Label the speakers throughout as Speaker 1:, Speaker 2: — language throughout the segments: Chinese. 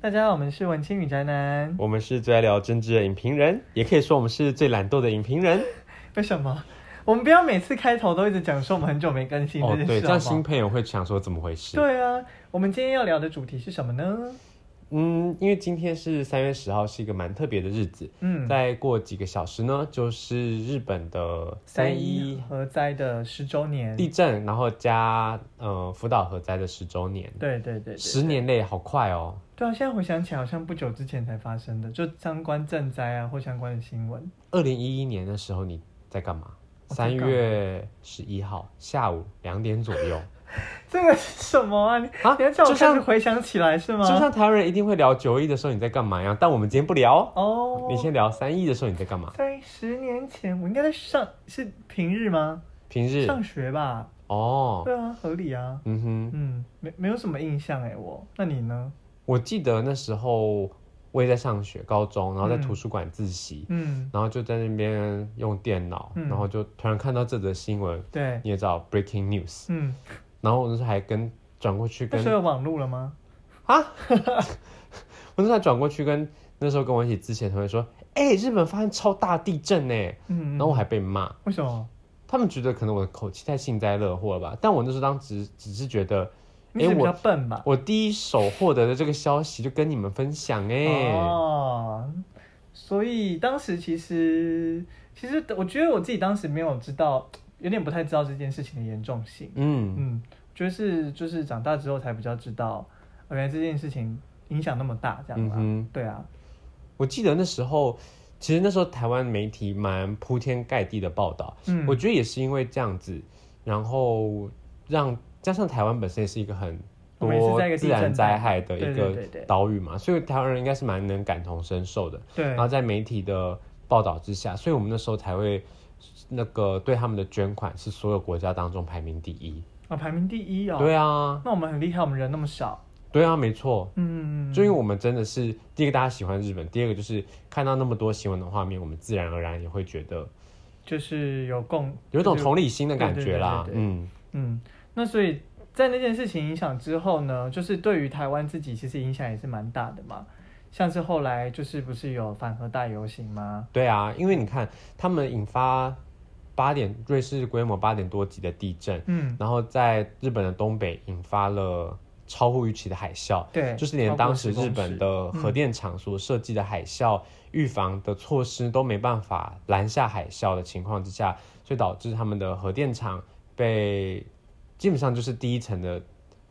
Speaker 1: 大家好，我们是文青与宅男。
Speaker 2: 我们是最爱聊政治的影评人，也可以说我们是最懒惰的影评人。
Speaker 1: 为什么？我们不要每次开头都一直讲说我们很久没更新这
Speaker 2: 哦，
Speaker 1: 件事、
Speaker 2: 对，这样
Speaker 1: 好
Speaker 2: 新
Speaker 1: 吗
Speaker 2: 朋友会想说怎么回事？，
Speaker 1: 对啊，我们今天要聊的主题是什么呢？
Speaker 2: 嗯，因为今天是三月十号，是一个蛮特别的日子。
Speaker 1: 嗯，
Speaker 2: 再过几个小时呢，就是日本的三一
Speaker 1: 核灾的十周年。
Speaker 2: 地震，然后加呃福岛核灾的十周年，
Speaker 1: 对对对对，
Speaker 2: 十年内好快哦。
Speaker 1: 对啊，现在回想起来，好像不久之前才发生的，就相关赈灾啊或相关的新闻。
Speaker 2: 二零一一年的时候你在干嘛？
Speaker 1: 我在
Speaker 2: 三
Speaker 1: 干嘛
Speaker 2: 月十一号下午两点左右，
Speaker 1: 这个是什么啊？你
Speaker 2: 啊
Speaker 1: 你要叫我开
Speaker 2: 就像
Speaker 1: 始回想起来是吗
Speaker 2: 就？像台湾人一定会聊九一的时候你在干嘛一样，但我们今天不聊哦，
Speaker 1: 哦，
Speaker 2: 你先聊三一的时候你在干嘛？
Speaker 1: 在十年前，我应该在上是平日吗？
Speaker 2: 平日
Speaker 1: 上学吧？
Speaker 2: 哦，
Speaker 1: 对啊，合理啊。
Speaker 2: 嗯哼，
Speaker 1: 嗯，没没有什么印象哎，我。那你呢？
Speaker 2: 我记得那时候我也在上学，高中，然后在
Speaker 1: 嗯
Speaker 2: 图书馆自习，
Speaker 1: 嗯，
Speaker 2: 然后就在那边用电脑，
Speaker 1: 嗯
Speaker 2: 然后就突然看到这则新闻，
Speaker 1: 对，
Speaker 2: 你也知道 breaking news，
Speaker 1: 嗯，
Speaker 2: 然后我那时候还跟转过去
Speaker 1: 那
Speaker 2: 跟
Speaker 1: 时候有网路了吗？
Speaker 2: 我那时候还转过去跟那时候跟我一起之前同学说，哎、日本发生超大地震呢，
Speaker 1: 嗯，
Speaker 2: 然后我还被骂。
Speaker 1: 为什么？
Speaker 2: 他们觉得可能我的口气太幸灾乐祸了吧，但我那时候当时只只是觉得，
Speaker 1: 你是
Speaker 2: 诶
Speaker 1: 比
Speaker 2: 我
Speaker 1: 较笨吧？
Speaker 2: 我第一手获得的这个消息就跟你们分享哎、
Speaker 1: 哦，所以当时其实，其实我觉得我自己当时没有知道，有点不太知道这件事情的严重性。
Speaker 2: 嗯，
Speaker 1: 嗯，就是就是长大之后才比较知道，哦原来这件事情影响那么大，这样
Speaker 2: 嗯
Speaker 1: 吧？
Speaker 2: 哼
Speaker 1: 对啊，
Speaker 2: 我记得那时候，其实那时候台湾媒体蛮铺天盖地的报道，
Speaker 1: 嗯，
Speaker 2: 我觉得也是因为这样子，然后让加上台湾本身也是一个很
Speaker 1: 我们也是
Speaker 2: 多
Speaker 1: 在一个地
Speaker 2: 自
Speaker 1: 震带
Speaker 2: 然灾害
Speaker 1: 对
Speaker 2: 的一
Speaker 1: 对
Speaker 2: 个
Speaker 1: 对对
Speaker 2: 岛屿嘛，所以台湾人应该是蛮能感同身受的。
Speaker 1: 对
Speaker 2: 然，后在媒体的报道之下，所以我们那时候才会那个对他们的捐款是所有国家当中排名第一。
Speaker 1: 啊，排名第一哦。
Speaker 2: 对啊，
Speaker 1: 那我们很厉害，我们人那么少。
Speaker 2: 对啊，没错。
Speaker 1: 嗯，
Speaker 2: 就因为我们真的是第一个大家喜欢日本，第二个就是看到那么多新闻的画面，我们自然而然也会觉得
Speaker 1: 就是有共，
Speaker 2: 有一种
Speaker 1: 就是
Speaker 2: 同理心的感觉啦。
Speaker 1: 对对对
Speaker 2: 嗯，
Speaker 1: 嗯，那所以在那件事情影响之后呢，就是对于台湾自己其实影响也是蛮大的嘛。像是后来就是不是有反核大游行吗？
Speaker 2: 对啊，因为你看他们引发八点瑞士规模八点多级的地震，
Speaker 1: 嗯，
Speaker 2: 然后在日本的东北引发了超乎预期的海啸，
Speaker 1: 对，
Speaker 2: 就是连当时日本的
Speaker 1: 嗯
Speaker 2: 核电厂所设计的海啸预防的措施都没办法拦下海啸的情况之下，所以导致他们的核电厂被基本上就是第一层的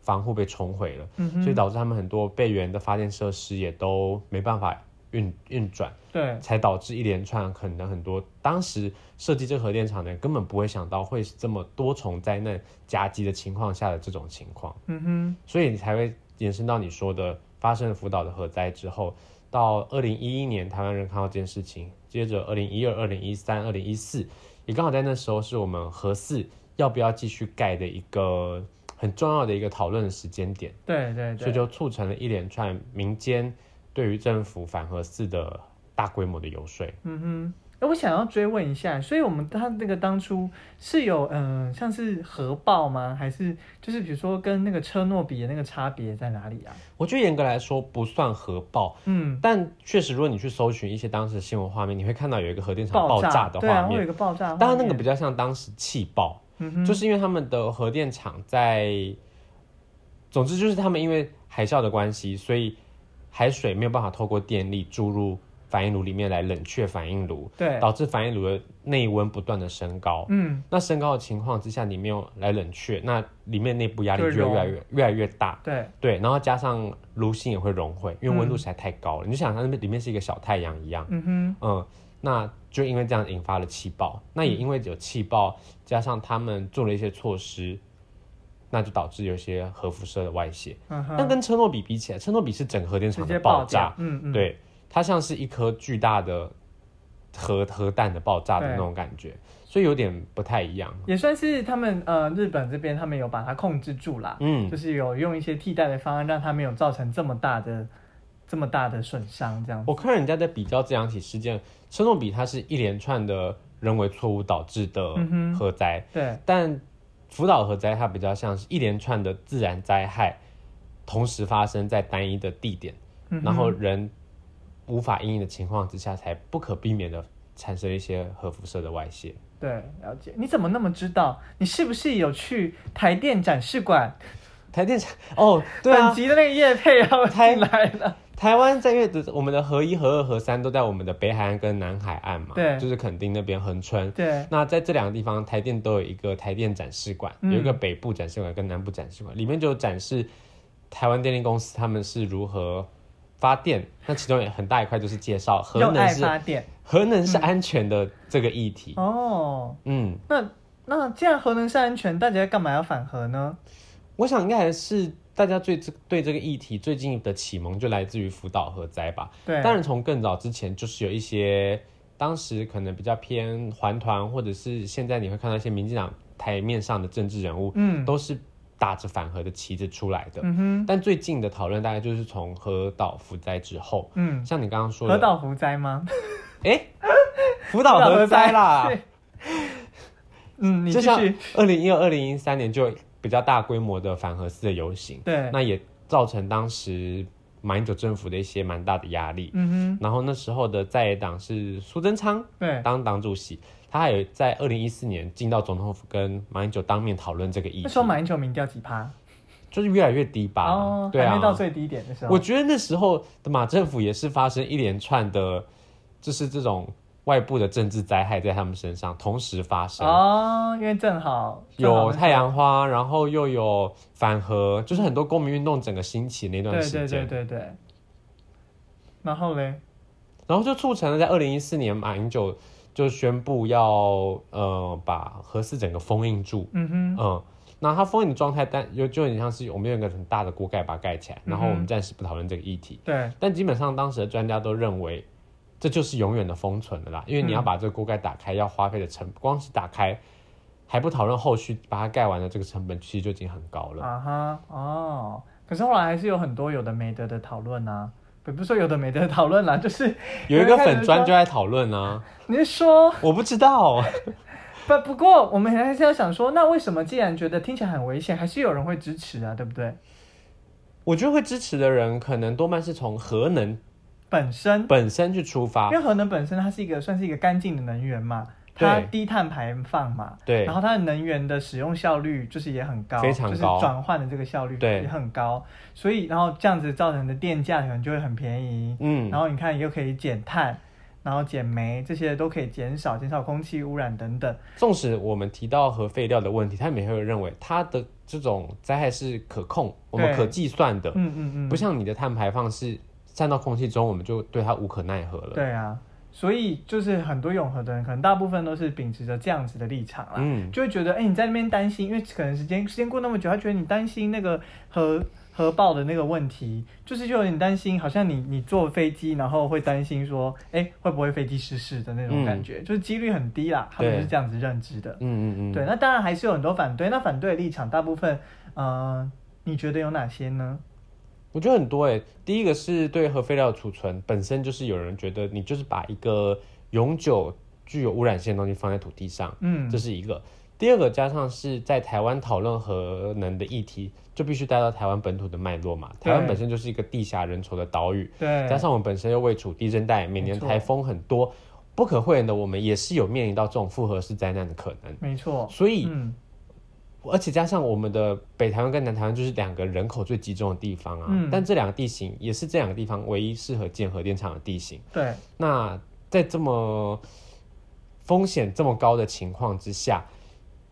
Speaker 2: 防护被冲毁了，
Speaker 1: 嗯
Speaker 2: 所以
Speaker 1: 哼，
Speaker 2: 导致他们很多备援的发电设施也都没办法运运转，
Speaker 1: 对，
Speaker 2: 才导致一连串可能很多当时设计这个核电厂的人根本不会想到会是这么多重灾难夹击的情况下的这种情况。
Speaker 1: 嗯哼，
Speaker 2: 所以你才会延伸到你说的发生了福岛的核灾之后，到二零一一年台湾人看到这件事情，接着二零一二、二零一三、二零一四，也刚好在那时候是我们核四要不要继续盖的一个很重要的一个讨论的时间点，
Speaker 1: 对对
Speaker 2: 所以
Speaker 1: 对，
Speaker 2: 就促成了一连串民间对于政府反核四的大规模的游说。
Speaker 1: 嗯哼。哎，我想要追问一下，所以我们他那个当初是有嗯、呃像是核爆吗？还是就是比如说跟那个车诺比的那个差别在哪里啊？
Speaker 2: 我觉得严格来说不算核爆。
Speaker 1: 嗯，
Speaker 2: 但确实，如果你去搜寻一些当时的新闻画面，你会看到有一个核电厂
Speaker 1: 爆
Speaker 2: 爆炸的
Speaker 1: 对啊，
Speaker 2: 画
Speaker 1: 会
Speaker 2: 面
Speaker 1: 有一，个爆炸画面。
Speaker 2: 当然那个比较像当时气爆，
Speaker 1: 嗯哼，
Speaker 2: 就是因为他们的核电厂在，总之就是他们因为海啸的关系，所以海水没有办法透过电力注入反应炉里面来冷却反应炉，
Speaker 1: 对，
Speaker 2: 导致反应炉的内温不断的升高。
Speaker 1: 嗯，
Speaker 2: 那升高的情况之下，你没有来冷却，那里面内部压力
Speaker 1: 就
Speaker 2: 就
Speaker 1: 融
Speaker 2: 会越来越越来越大。
Speaker 1: 对，
Speaker 2: 对，然后加上炉心也会融毁，因为温度实在太高了。你就想它那边里面是一个小太阳一样。
Speaker 1: 嗯哼，
Speaker 2: 嗯，那就因为这样引发了气爆，那也因为有气爆，加上他们做了一些措施，那就导致有一些核辐射的外泄。
Speaker 1: 嗯哼，
Speaker 2: 但跟车诺比比起来，车诺比是整个核电
Speaker 1: 直
Speaker 2: 厂
Speaker 1: 接
Speaker 2: 的
Speaker 1: 爆
Speaker 2: 炸
Speaker 1: 掉，，嗯嗯，
Speaker 2: 对，它像是一颗巨大的核核弹的爆炸的
Speaker 1: 对啊
Speaker 2: 那种感觉，所以有点不太一样。
Speaker 1: 也算是他们呃日本这边他们有把它控制住啦，
Speaker 2: 嗯，
Speaker 1: 就是有用一些替代的方案，让它没有造成这么大的这么大的损伤，这样。
Speaker 2: 我看人家在比较这两起事件，车诺比它是一连串的人为错误导致的
Speaker 1: 嗯哼
Speaker 2: 核灾，
Speaker 1: 对，
Speaker 2: 但福岛核灾它比较像是一连串的自然灾害，同时发生在单一的地点，
Speaker 1: 嗯哼
Speaker 2: 然后人无法应应的情况之下，才不可避免的产生一些核辐射的外泄。
Speaker 1: 对，了解。你怎么那么知道？你是不是有去台电展示馆？
Speaker 2: 台电厂哦，对啊
Speaker 1: 本，集的那个叶配要
Speaker 2: 台
Speaker 1: 进来了。
Speaker 2: 台湾在月的我们的核一、核二、核三都在我们的北海岸跟南海岸嘛，
Speaker 1: 对
Speaker 2: 就是垦丁那边恒春。
Speaker 1: 对，
Speaker 2: 那在这两个地方，台电都有一个台电展示馆，
Speaker 1: 嗯
Speaker 2: 有一个北部展示馆跟南部展示馆，里面就有展示台湾电力公司他们是如何发电。那其中也很大一块就是介绍核
Speaker 1: 用
Speaker 2: 能
Speaker 1: 爱
Speaker 2: 是
Speaker 1: 发电。
Speaker 2: 核能是安全的这个议题。
Speaker 1: 哦，
Speaker 2: 嗯，
Speaker 1: 那那既然核能是安全，大家干嘛要反核呢？
Speaker 2: 我想应该还是大家最对这个议题最近的启蒙就来自于福岛核灾吧。
Speaker 1: 对，
Speaker 2: 当然从更早之前就是有一些当时可能比较偏环团，或者是现在你会看到一些民进党台面上的政治人物，
Speaker 1: 嗯
Speaker 2: 都是打着反核的旗子出来的。
Speaker 1: 嗯哼，
Speaker 2: 但最近的讨论大概就是从核岛福灾之后，
Speaker 1: 嗯，
Speaker 2: 像你刚刚说
Speaker 1: 核
Speaker 2: 的，
Speaker 1: 岛福灾吗？
Speaker 2: 哎，福岛核灾 啦，
Speaker 1: 对嗯，你
Speaker 2: 啊就
Speaker 1: 继
Speaker 2: 像
Speaker 1: 续。
Speaker 2: 二零一二、二零一三年就有比较大规模的反核四的游行，
Speaker 1: 对，
Speaker 2: 那也造成当时马英九政府的一些蛮大的压力。
Speaker 1: 嗯
Speaker 2: 然后那时候的在野党是苏贞昌
Speaker 1: 哼，对。
Speaker 2: 当党主席，他还有在二零一四年进到总统府跟马英九当面讨论这个议
Speaker 1: 那
Speaker 2: 题
Speaker 1: 时，候马英九民调几趴？
Speaker 2: 就是越来越低吧？
Speaker 1: 哦，
Speaker 2: 对
Speaker 1: 还
Speaker 2: 啊
Speaker 1: 没，到最低点的时候
Speaker 2: 我。觉得那时候的马政府也是发生一连串的，就是这种外部的政治灾害在他们身上同时发生。
Speaker 1: 哦，啊因为正好正好
Speaker 2: 有
Speaker 1: 那时候
Speaker 2: 太阳花，然后又有反核，就是很多公民运动整个兴起那段时间，
Speaker 1: 对对对对对。然后嘞，
Speaker 2: 然后就促成了在二零一四年马英九就宣布要呃把核四整个封印住，
Speaker 1: 嗯哼，
Speaker 2: 嗯，那它封印的状态，但有就很像是我们有一个很大的锅盖把它盖起来，然后我们暂时不讨论这个议题，
Speaker 1: 对，
Speaker 2: 但基本上当时的专家都认为。这就是永远的封存的啦，因为你要把这个锅盖打开，要花费的成光是打开，还不讨论后续把它盖完的这个成本，其实就已经很 高了。
Speaker 1: 啊哈，哦，可是后来还是有很多有的没得的讨论啊，也不是说有的没得的讨论啦，就是
Speaker 2: 有一个粉砖就在讨论啊，
Speaker 1: 你是说
Speaker 2: 我不知道，
Speaker 1: 不？不过我们还是要想说，那为什么既然觉得听起来很危险，还是有人会支持啊，对不对？
Speaker 2: 我觉得会支持的人可能多半是从核能
Speaker 1: 本身，
Speaker 2: 本身去出
Speaker 1: 因
Speaker 2: 发，
Speaker 1: 为核能本身它是一个算是一个干净的能源嘛，它
Speaker 2: 对
Speaker 1: 低碳排放嘛，
Speaker 2: 对
Speaker 1: 然后它的能源的使用效率就是也很高，
Speaker 2: 非常
Speaker 1: 就是
Speaker 2: 高
Speaker 1: 转换的这个效率
Speaker 2: 对
Speaker 1: 也很高，所以然后这样子造成的电价可能就会很便宜，
Speaker 2: 嗯
Speaker 1: 然，后你看又可以减碳，然后减煤，这些都可以减少减少空气污染等等。
Speaker 2: 纵使我们提到核废料的问题，他们也会认为它的这种灾害是可控，我们
Speaker 1: 对
Speaker 2: 可计算的，
Speaker 1: 嗯嗯嗯，
Speaker 2: 不像你的碳排放是散到空气中，我们就对它无可奈何了。
Speaker 1: 对啊，所以就是很多永和的人，可能大部分都是秉持着这样子的立场啦，
Speaker 2: 嗯，
Speaker 1: 就会觉得，哎、你在那边担心，因为可能时间时间过那么久，他觉得你担心那个核核爆的那个问题，就是就有点担心，好像你你坐飞机，然后会担心说，哎、会不会飞机失事的那
Speaker 2: 嗯
Speaker 1: 种感觉，就是几率很低啦，他们
Speaker 2: 对
Speaker 1: 是这样子认知的
Speaker 2: 嗯。嗯嗯，
Speaker 1: 对，那当然还是有很多反对。那反对的立场，大部分，呃，你觉得有哪些呢？
Speaker 2: 我觉得很多诶、第一个是对核废料的储存本身就是有人觉得你就是把一个永久具有污染性的东西放在土地上，
Speaker 1: 嗯
Speaker 2: 这，是一个。第二个加上是在台湾讨论核能的议题，就必须带到台湾本土的脉络嘛。
Speaker 1: 对
Speaker 2: 台湾本身就是一个地狭人稠的岛屿，
Speaker 1: 对，
Speaker 2: 加上我们本身又位处地震带，每年
Speaker 1: 没错
Speaker 2: 台风很多，不可讳言的，我们也是有面临到这种复合式灾难的可能。
Speaker 1: 没错，
Speaker 2: 所以，
Speaker 1: 嗯
Speaker 2: 而且加上我们的北台湾跟南台湾就是两个人口最集中的地方啊，
Speaker 1: 嗯
Speaker 2: 但这两个地形也是这两个地方唯一适合建核电厂的地形。
Speaker 1: 对，
Speaker 2: 那在这么风险这么高的情况之下，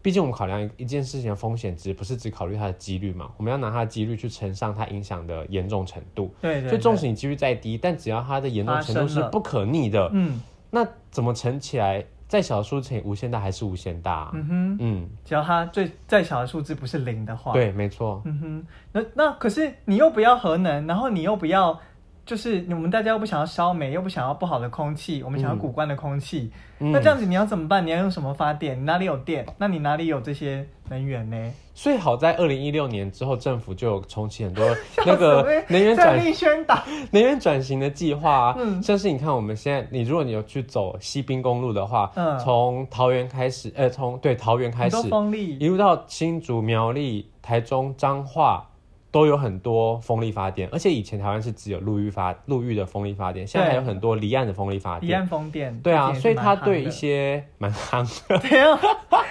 Speaker 2: 毕竟我们考量一件事情的风险值，不是只考虑它的几率嘛？我们要拿它的几率去乘上它影响的严重程度。
Speaker 1: 对对，
Speaker 2: 所以，纵
Speaker 1: 对
Speaker 2: 使你几率再低，但只要它的严重
Speaker 1: 发
Speaker 2: 程度
Speaker 1: 生
Speaker 2: 是
Speaker 1: 了
Speaker 2: 不可逆的，
Speaker 1: 嗯
Speaker 2: 那怎么乘起来？再小数乘以无限大还是无限大啊、
Speaker 1: 嗯哼，
Speaker 2: 嗯，
Speaker 1: 只要它最再小的数字不是零的话，，
Speaker 2: 对，没错。
Speaker 1: 嗯哼，那那可是你又不要核能，然后你又不要。就是我们大家又不想要烧煤，又不想要不好的空气，我们想要
Speaker 2: 嗯
Speaker 1: 古怪的空气。
Speaker 2: 嗯
Speaker 1: 那这样子你要怎么办？你要用什么发电？你哪里有电？那你哪里有这些能源呢？
Speaker 2: 所以好在二零一六年之后，政府就有重启很多那
Speaker 1: 像什
Speaker 2: 个
Speaker 1: 么
Speaker 2: 能源
Speaker 1: 在
Speaker 2: 转
Speaker 1: 力宣导，
Speaker 2: 能源转型的计划啊，
Speaker 1: 嗯
Speaker 2: 像是你看我们现在，你如果你有去走西滨公路的话，
Speaker 1: 嗯
Speaker 2: 从桃园开始，呃，从对桃园开
Speaker 1: 很
Speaker 2: 始
Speaker 1: 多，风力，
Speaker 2: 一路到新竹、苗栗、台中、彰化、都有很多风力发电，而且以前台湾是只有陆域发陆域的风力发电，现在还有很多离岸的风力发
Speaker 1: 离
Speaker 2: 电。
Speaker 1: 岸风电，
Speaker 2: 对啊，
Speaker 1: 这
Speaker 2: 所以
Speaker 1: 点也是
Speaker 2: 它
Speaker 1: 蛮夯
Speaker 2: 对
Speaker 1: 的
Speaker 2: 一些蛮夯的。
Speaker 1: 怎样？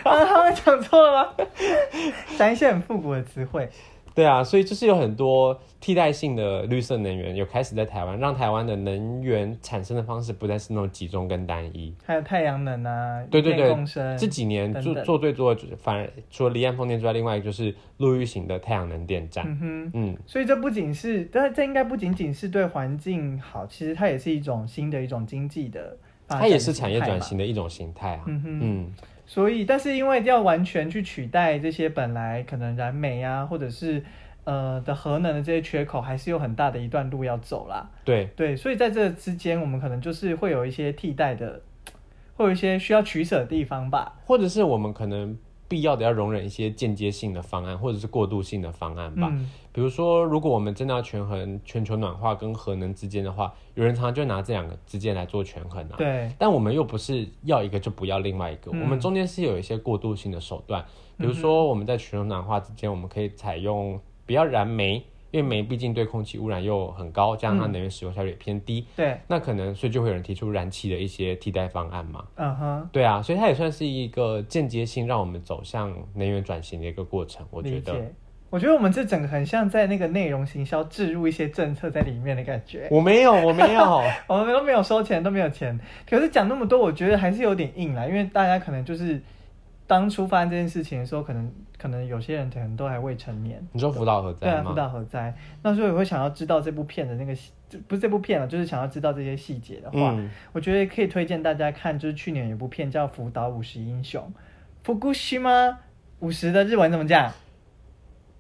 Speaker 1: 啊，他们讲错了吗？讲一些很复古的词汇。
Speaker 2: 对啊，所以就是有很多替代性的绿色能源有开始在台湾，让台湾的能源产生的方式不再是那种集中跟单一。
Speaker 1: 还有太阳能啊，
Speaker 2: 对对
Speaker 1: 电
Speaker 2: 对
Speaker 1: 共生
Speaker 2: 这几年
Speaker 1: 等
Speaker 2: 做
Speaker 1: 等
Speaker 2: 做最多的，就是反而除了离岸风电之外，另外一个就是陆域型的太阳能电站。
Speaker 1: 嗯哼，
Speaker 2: 嗯，
Speaker 1: 所以这不仅是，但这应该不仅仅是对环境好，其实它也是一种新的一种经济的发展
Speaker 2: 它也是产业
Speaker 1: 形态
Speaker 2: 转
Speaker 1: 嘛。
Speaker 2: 型的一种形态啊。
Speaker 1: 嗯哼，
Speaker 2: 嗯，
Speaker 1: 所以但是因为要完全去取代这些本来可能燃煤啊，或者是呃的核能的这些缺口，还是有很大的一段路要走啦。
Speaker 2: 对，
Speaker 1: 对，所以在这之间，我们可能就是会有一些替代的，会有一些需要取舍的地方吧。
Speaker 2: 或者是我们可能必要的要容忍一些间接性的方案，或者是过渡性的方案吧。
Speaker 1: 嗯，
Speaker 2: 比如说，如果我们真的要权衡全球暖化跟核能之间的话，有人常常就拿这两个之间来做权衡啊。
Speaker 1: 对，
Speaker 2: 但我们又不是要一个就不要另外一个，
Speaker 1: 嗯
Speaker 2: 我们中间是有一些过渡性的手段，比如说我们在全球暖化之间，我们可以采用不要燃煤，因为煤毕竟对空气污染又很高，加上它能源使用效率也偏低，
Speaker 1: 对，
Speaker 2: 那可能所以就会有人提出燃气的一些替代方案嘛。
Speaker 1: 嗯哼，
Speaker 2: 对啊，所以它也算是一个间接性让我们走向能源转型的一个过程，我觉
Speaker 1: 理
Speaker 2: 得。
Speaker 1: 解。我觉得我们这整个很像在那个内容行销置入一些政策在里面的感觉。
Speaker 2: 我没有，我没有。
Speaker 1: 我们都没有收钱，都没有钱。可是讲那么多，我觉得还是有点硬啦，因为大家可能就是当初发生这件事情的时候，可能可能有些人可能都还未成年。
Speaker 2: 你说福岛核
Speaker 1: 对
Speaker 2: 灾
Speaker 1: 啊，
Speaker 2: 吗？
Speaker 1: 福岛核灾，那时候也会想要知道这部片的那个细，就不是这部片了，就是想要知道这些细节的话，
Speaker 2: 嗯，
Speaker 1: 我觉得可以推荐大家看，就是去年有部片叫《福岛五十英雄》，福古西吗？五十的日文怎么讲？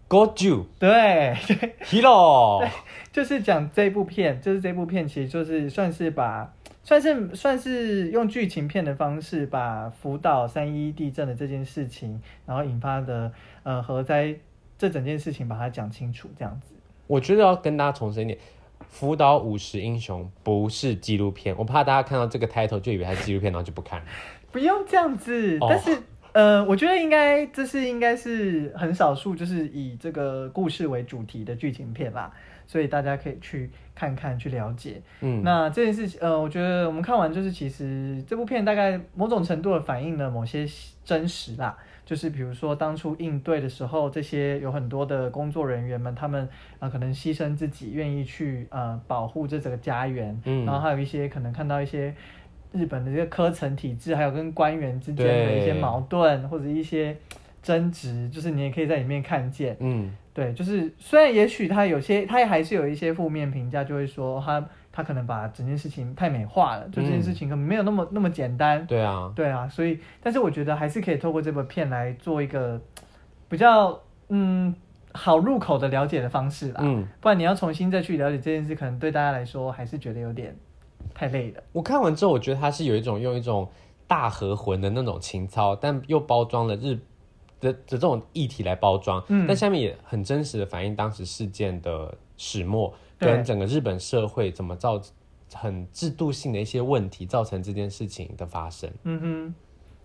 Speaker 2: Go to
Speaker 1: 对，对，
Speaker 2: hero。
Speaker 1: 就是讲这部片，就是这部片其实就是算是把，算是算是用剧情片的方式，把福岛三一地震的这件事情，然后引发的呃核灾这整件事情，把它讲清楚，这样子。
Speaker 2: 我觉得要跟大家重申一点，《福岛五十英雄》不是纪录片，我怕大家看到这个 title 就以为它是纪录片，然后就不看了。
Speaker 1: 不用这样子，
Speaker 2: 哦
Speaker 1: 但是呃，我觉得应该这是应该是很少数，就是以这个故事为主题的剧情片啦，所以大家可以去看看去了解。
Speaker 2: 嗯，
Speaker 1: 那这件事情，呃，我觉得我们看完就是，其实这部片大概某种程度的反映了某些真实啦，就是比如说当初应对的时候，这些有很多的工作人员们，他们啊、呃可能牺牲自己，愿意去呃保护这整个家园，
Speaker 2: 嗯
Speaker 1: 然后还有一些可能看到一些日本的这个科层体制，还有跟官员之间的一些
Speaker 2: 对
Speaker 1: 矛盾或者一些争执，就是你也可以在里面看见。
Speaker 2: 嗯，
Speaker 1: 对，就是虽然也许他有些，他还是有一些负面评价，就会说他他可能把整件事情太美化了，就这
Speaker 2: 嗯
Speaker 1: 件事情可能没有那么、那么简单。
Speaker 2: 对啊，
Speaker 1: 对啊，所以但是我觉得还是可以透过这部片来做一个嘖比较嗯好入口的了解的方式啦。
Speaker 2: 嗯，
Speaker 1: 不然你要重新再去了解这件事，可能对大家来说还是觉得有点太累了。
Speaker 2: 我看完之后，我觉得它是有一种用一种大和魂的那种情操，但又包装了日的的这种议题来包装，
Speaker 1: 嗯
Speaker 2: 但下面也很真实的反映当时事件的始末，
Speaker 1: 对
Speaker 2: 跟整个日本社会怎么造很制度性的一些问题，造成这件事情的发生。
Speaker 1: 嗯哼，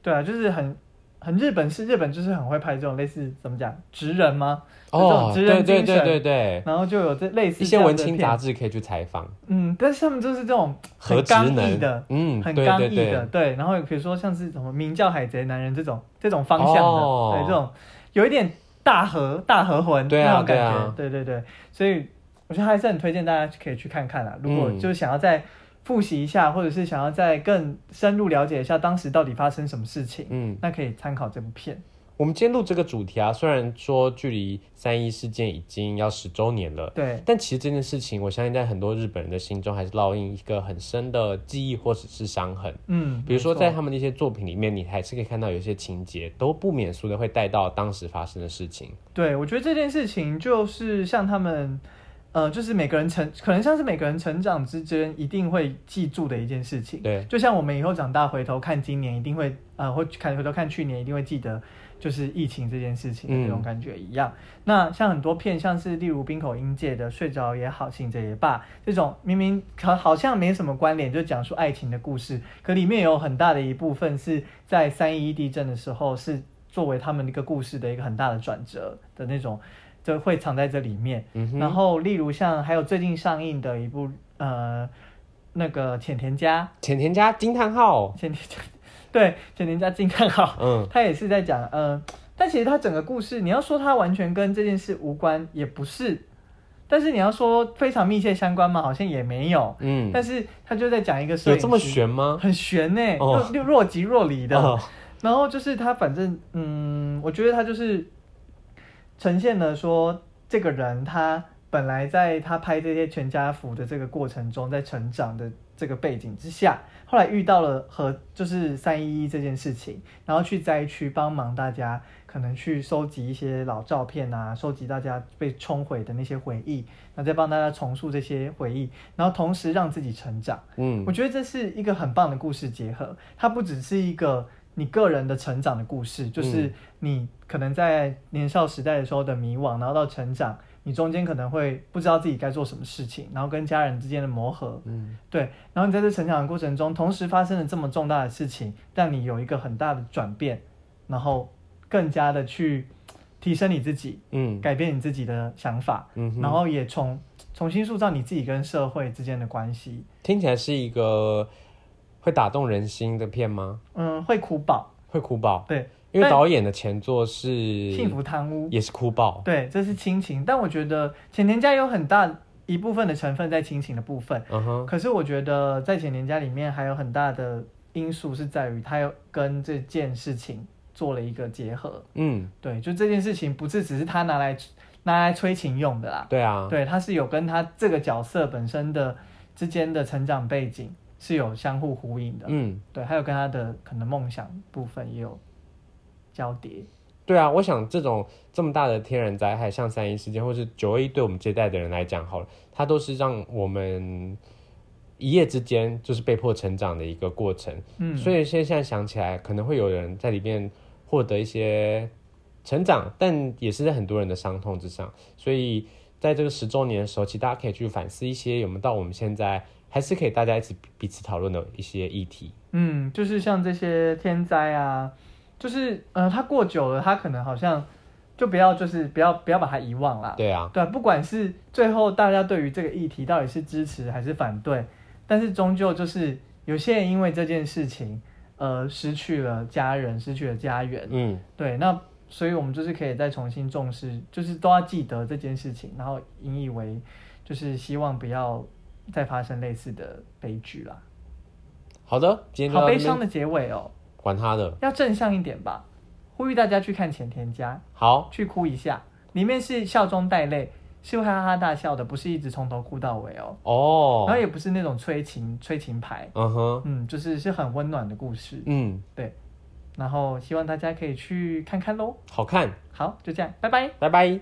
Speaker 1: 对啊，就是很很日本是日本，就是很会拍这种类似怎么讲职人吗？这种
Speaker 2: 哦，
Speaker 1: 职
Speaker 2: 对
Speaker 1: 人
Speaker 2: 对
Speaker 1: 精
Speaker 2: 对
Speaker 1: 神。
Speaker 2: 对对，
Speaker 1: 然后就有这类似
Speaker 2: 一些
Speaker 1: 这样
Speaker 2: 文
Speaker 1: 的
Speaker 2: 青
Speaker 1: 片
Speaker 2: 杂志可以去采访，
Speaker 1: 嗯，但是他们就是这种
Speaker 2: 和
Speaker 1: 很
Speaker 2: 职
Speaker 1: 刚毅
Speaker 2: 能
Speaker 1: 的，，
Speaker 2: 嗯，
Speaker 1: 很
Speaker 2: 对
Speaker 1: 刚
Speaker 2: 对
Speaker 1: 毅
Speaker 2: 对，
Speaker 1: 的，对。然后比如说像是什么明教海贼男人这种这种方向的，
Speaker 2: 哦
Speaker 1: 对这种有一点大和大和魂
Speaker 2: 对啊
Speaker 1: 那种感
Speaker 2: 对
Speaker 1: 觉，
Speaker 2: 啊
Speaker 1: 对对对。所以我觉得还是很推荐大家可以去看看啦。如果
Speaker 2: 嗯
Speaker 1: 就是想要再复习一下，或者是想要再更深入了解一下当时到底发生什么事情，
Speaker 2: 嗯，
Speaker 1: 那可以参考这部片。
Speaker 2: 我们今天录这个主题啊，虽然说距离三一事件已经要十周年了，
Speaker 1: 对，
Speaker 2: 但其实这件事情，我相信在很多日本人的心中还是烙印一个很深的记忆或者是伤痕。
Speaker 1: 嗯，
Speaker 2: 比如说，
Speaker 1: 没错
Speaker 2: 在他们的一些作品里面，你还是可以看到有一些情节都不免俗的会带到当时发生的事情。
Speaker 1: 对，我觉得这件事情就是像他们，呃，就是每个人成，可能像是每个人成长之间一定会记住的一件事情。
Speaker 2: 对，
Speaker 1: 就像我们以后长大回头看今年，一定会呃，会看回头看去年，一定会记得就是疫情这件事情的这种
Speaker 2: 嗯
Speaker 1: 感觉一样。那像很多片，像是例如冰口英介的《睡着也好，醒着也罢》这种，明明好好像没什么关联，就讲述爱情的故事，可里面有很大的一部分是在三一地震的时候是作为他们一个故事的一个很大的转折的那种就会藏在这里面。
Speaker 2: 嗯哼，
Speaker 1: 然后例如像还有最近上映的一部呃那个浅田家，
Speaker 2: 浅田家惊叹 号，
Speaker 1: 浅田家对浅田家惊叹号，
Speaker 2: 嗯
Speaker 1: 他也是在讲呃，但其实他整个故事你要说它完全跟这件事无关也不是，但是你要说非常密切相关嘛，好像也没有。
Speaker 2: 嗯，
Speaker 1: 但是他就在讲一个摄
Speaker 2: 有
Speaker 1: 影
Speaker 2: 这么
Speaker 1: 师
Speaker 2: 悬吗？
Speaker 1: 很悬呢、
Speaker 2: 哦
Speaker 1: 若若即若离的。
Speaker 2: 哦
Speaker 1: 然后就是他，反正嗯，我觉得他就是呈现了说，这个人他本来在他拍这些全家福的这个过程中，在成长的这个背景之下，后来遇到了和就是三一一这件事情，然后去灾区帮忙大家，可能去收集一些老照片啊，收集大家被冲毁的那些回忆，然后再帮大家重塑这些回忆，然后同时让自己成长。
Speaker 2: 嗯
Speaker 1: 我觉得这是一个很棒的故事结合，它不只是一个你个人的成长的故
Speaker 2: 嗯
Speaker 1: 事，就是你可能在年少时代的时候的迷惘，然后到成长，你中间可能会不知道自己该做什么事情，然后跟家人之间的磨合，
Speaker 2: 嗯
Speaker 1: 对，然后你在这成长的过程中，同时发生了这么重大的事情，让你有一个很大的转变，然后更加的去提升你自己，
Speaker 2: 嗯
Speaker 1: 改变你自己的想法，
Speaker 2: 嗯哼，
Speaker 1: 然后也重重新塑造你自己跟社会之间的关系。
Speaker 2: 听起来是一个会打动人心的片吗？
Speaker 1: 嗯，会哭爆，
Speaker 2: 会哭爆，
Speaker 1: 对，
Speaker 2: 因为
Speaker 1: 但
Speaker 2: 导演的前作是
Speaker 1: 幸福贪污，
Speaker 2: 也是哭爆，
Speaker 1: 对，这是亲情。但我觉得前田家有很大一部分的成分在亲情的部分，
Speaker 2: 嗯哼，
Speaker 1: 可是我觉得在前田家里面还有很大的因素是在于他有跟这件事情做了一个结合。
Speaker 2: 嗯，
Speaker 1: 对，就这件事情不是只是他拿来拿来催情用的啦，
Speaker 2: 对啊，
Speaker 1: 对，他是有跟他这个角色本身的之间的成长背景是有相互呼应的。
Speaker 2: 嗯，
Speaker 1: 对，还有跟他的可能梦想部分也有交叠。
Speaker 2: 对啊，我想这种这么大的天然灾害，像三一事件或是九二一，对我们这一代的人来讲，好了，它都是让我们一夜之间就是被迫成长的一个过程。
Speaker 1: 嗯，
Speaker 2: 所以现在想起来，可能会有人在里面获得一些成长，但也是在很多人的伤痛之上。所以在这个十周年的时候，其实大家可以去反思一些有没有到我们现在还是可以大家一起彼此讨论的一些议题。
Speaker 1: 嗯，就是像这些天灾啊，就是呃，它过久了，它可能好像就不要，就是不要不要把它遗忘啦。
Speaker 2: 对啊，
Speaker 1: 对啊，不管是最后大家对于这个议题到底是支持还是反对，但是终究就是有些人因为这件事情，呃，失去了家人，失去了家园。
Speaker 2: 嗯，
Speaker 1: 对，那所以我们就是可以再重新重视，就是都要记得这件事情，然后引以为，就是希望不要再发生类似的悲剧啦。
Speaker 2: 好的，今天就
Speaker 1: 好
Speaker 2: 到
Speaker 1: 悲
Speaker 2: 这
Speaker 1: 伤
Speaker 2: 边，
Speaker 1: 的结尾哦。
Speaker 2: 管他的，
Speaker 1: 要正向一点吧，呼吁大家去看《前田家
Speaker 2: 好》，，
Speaker 1: 去哭一下，里面是笑中带泪，是会哈哈大笑的，不是一直从头哭到尾哦。
Speaker 2: 哦
Speaker 1: 然，后也不是那种催情催情牌，
Speaker 2: 嗯哼，
Speaker 1: 嗯，就是是很温暖的故事，
Speaker 2: 嗯，
Speaker 1: 对。然后希望大家可以去看看喽。
Speaker 2: 好看，
Speaker 1: 好，就这样，拜拜。
Speaker 2: 拜拜。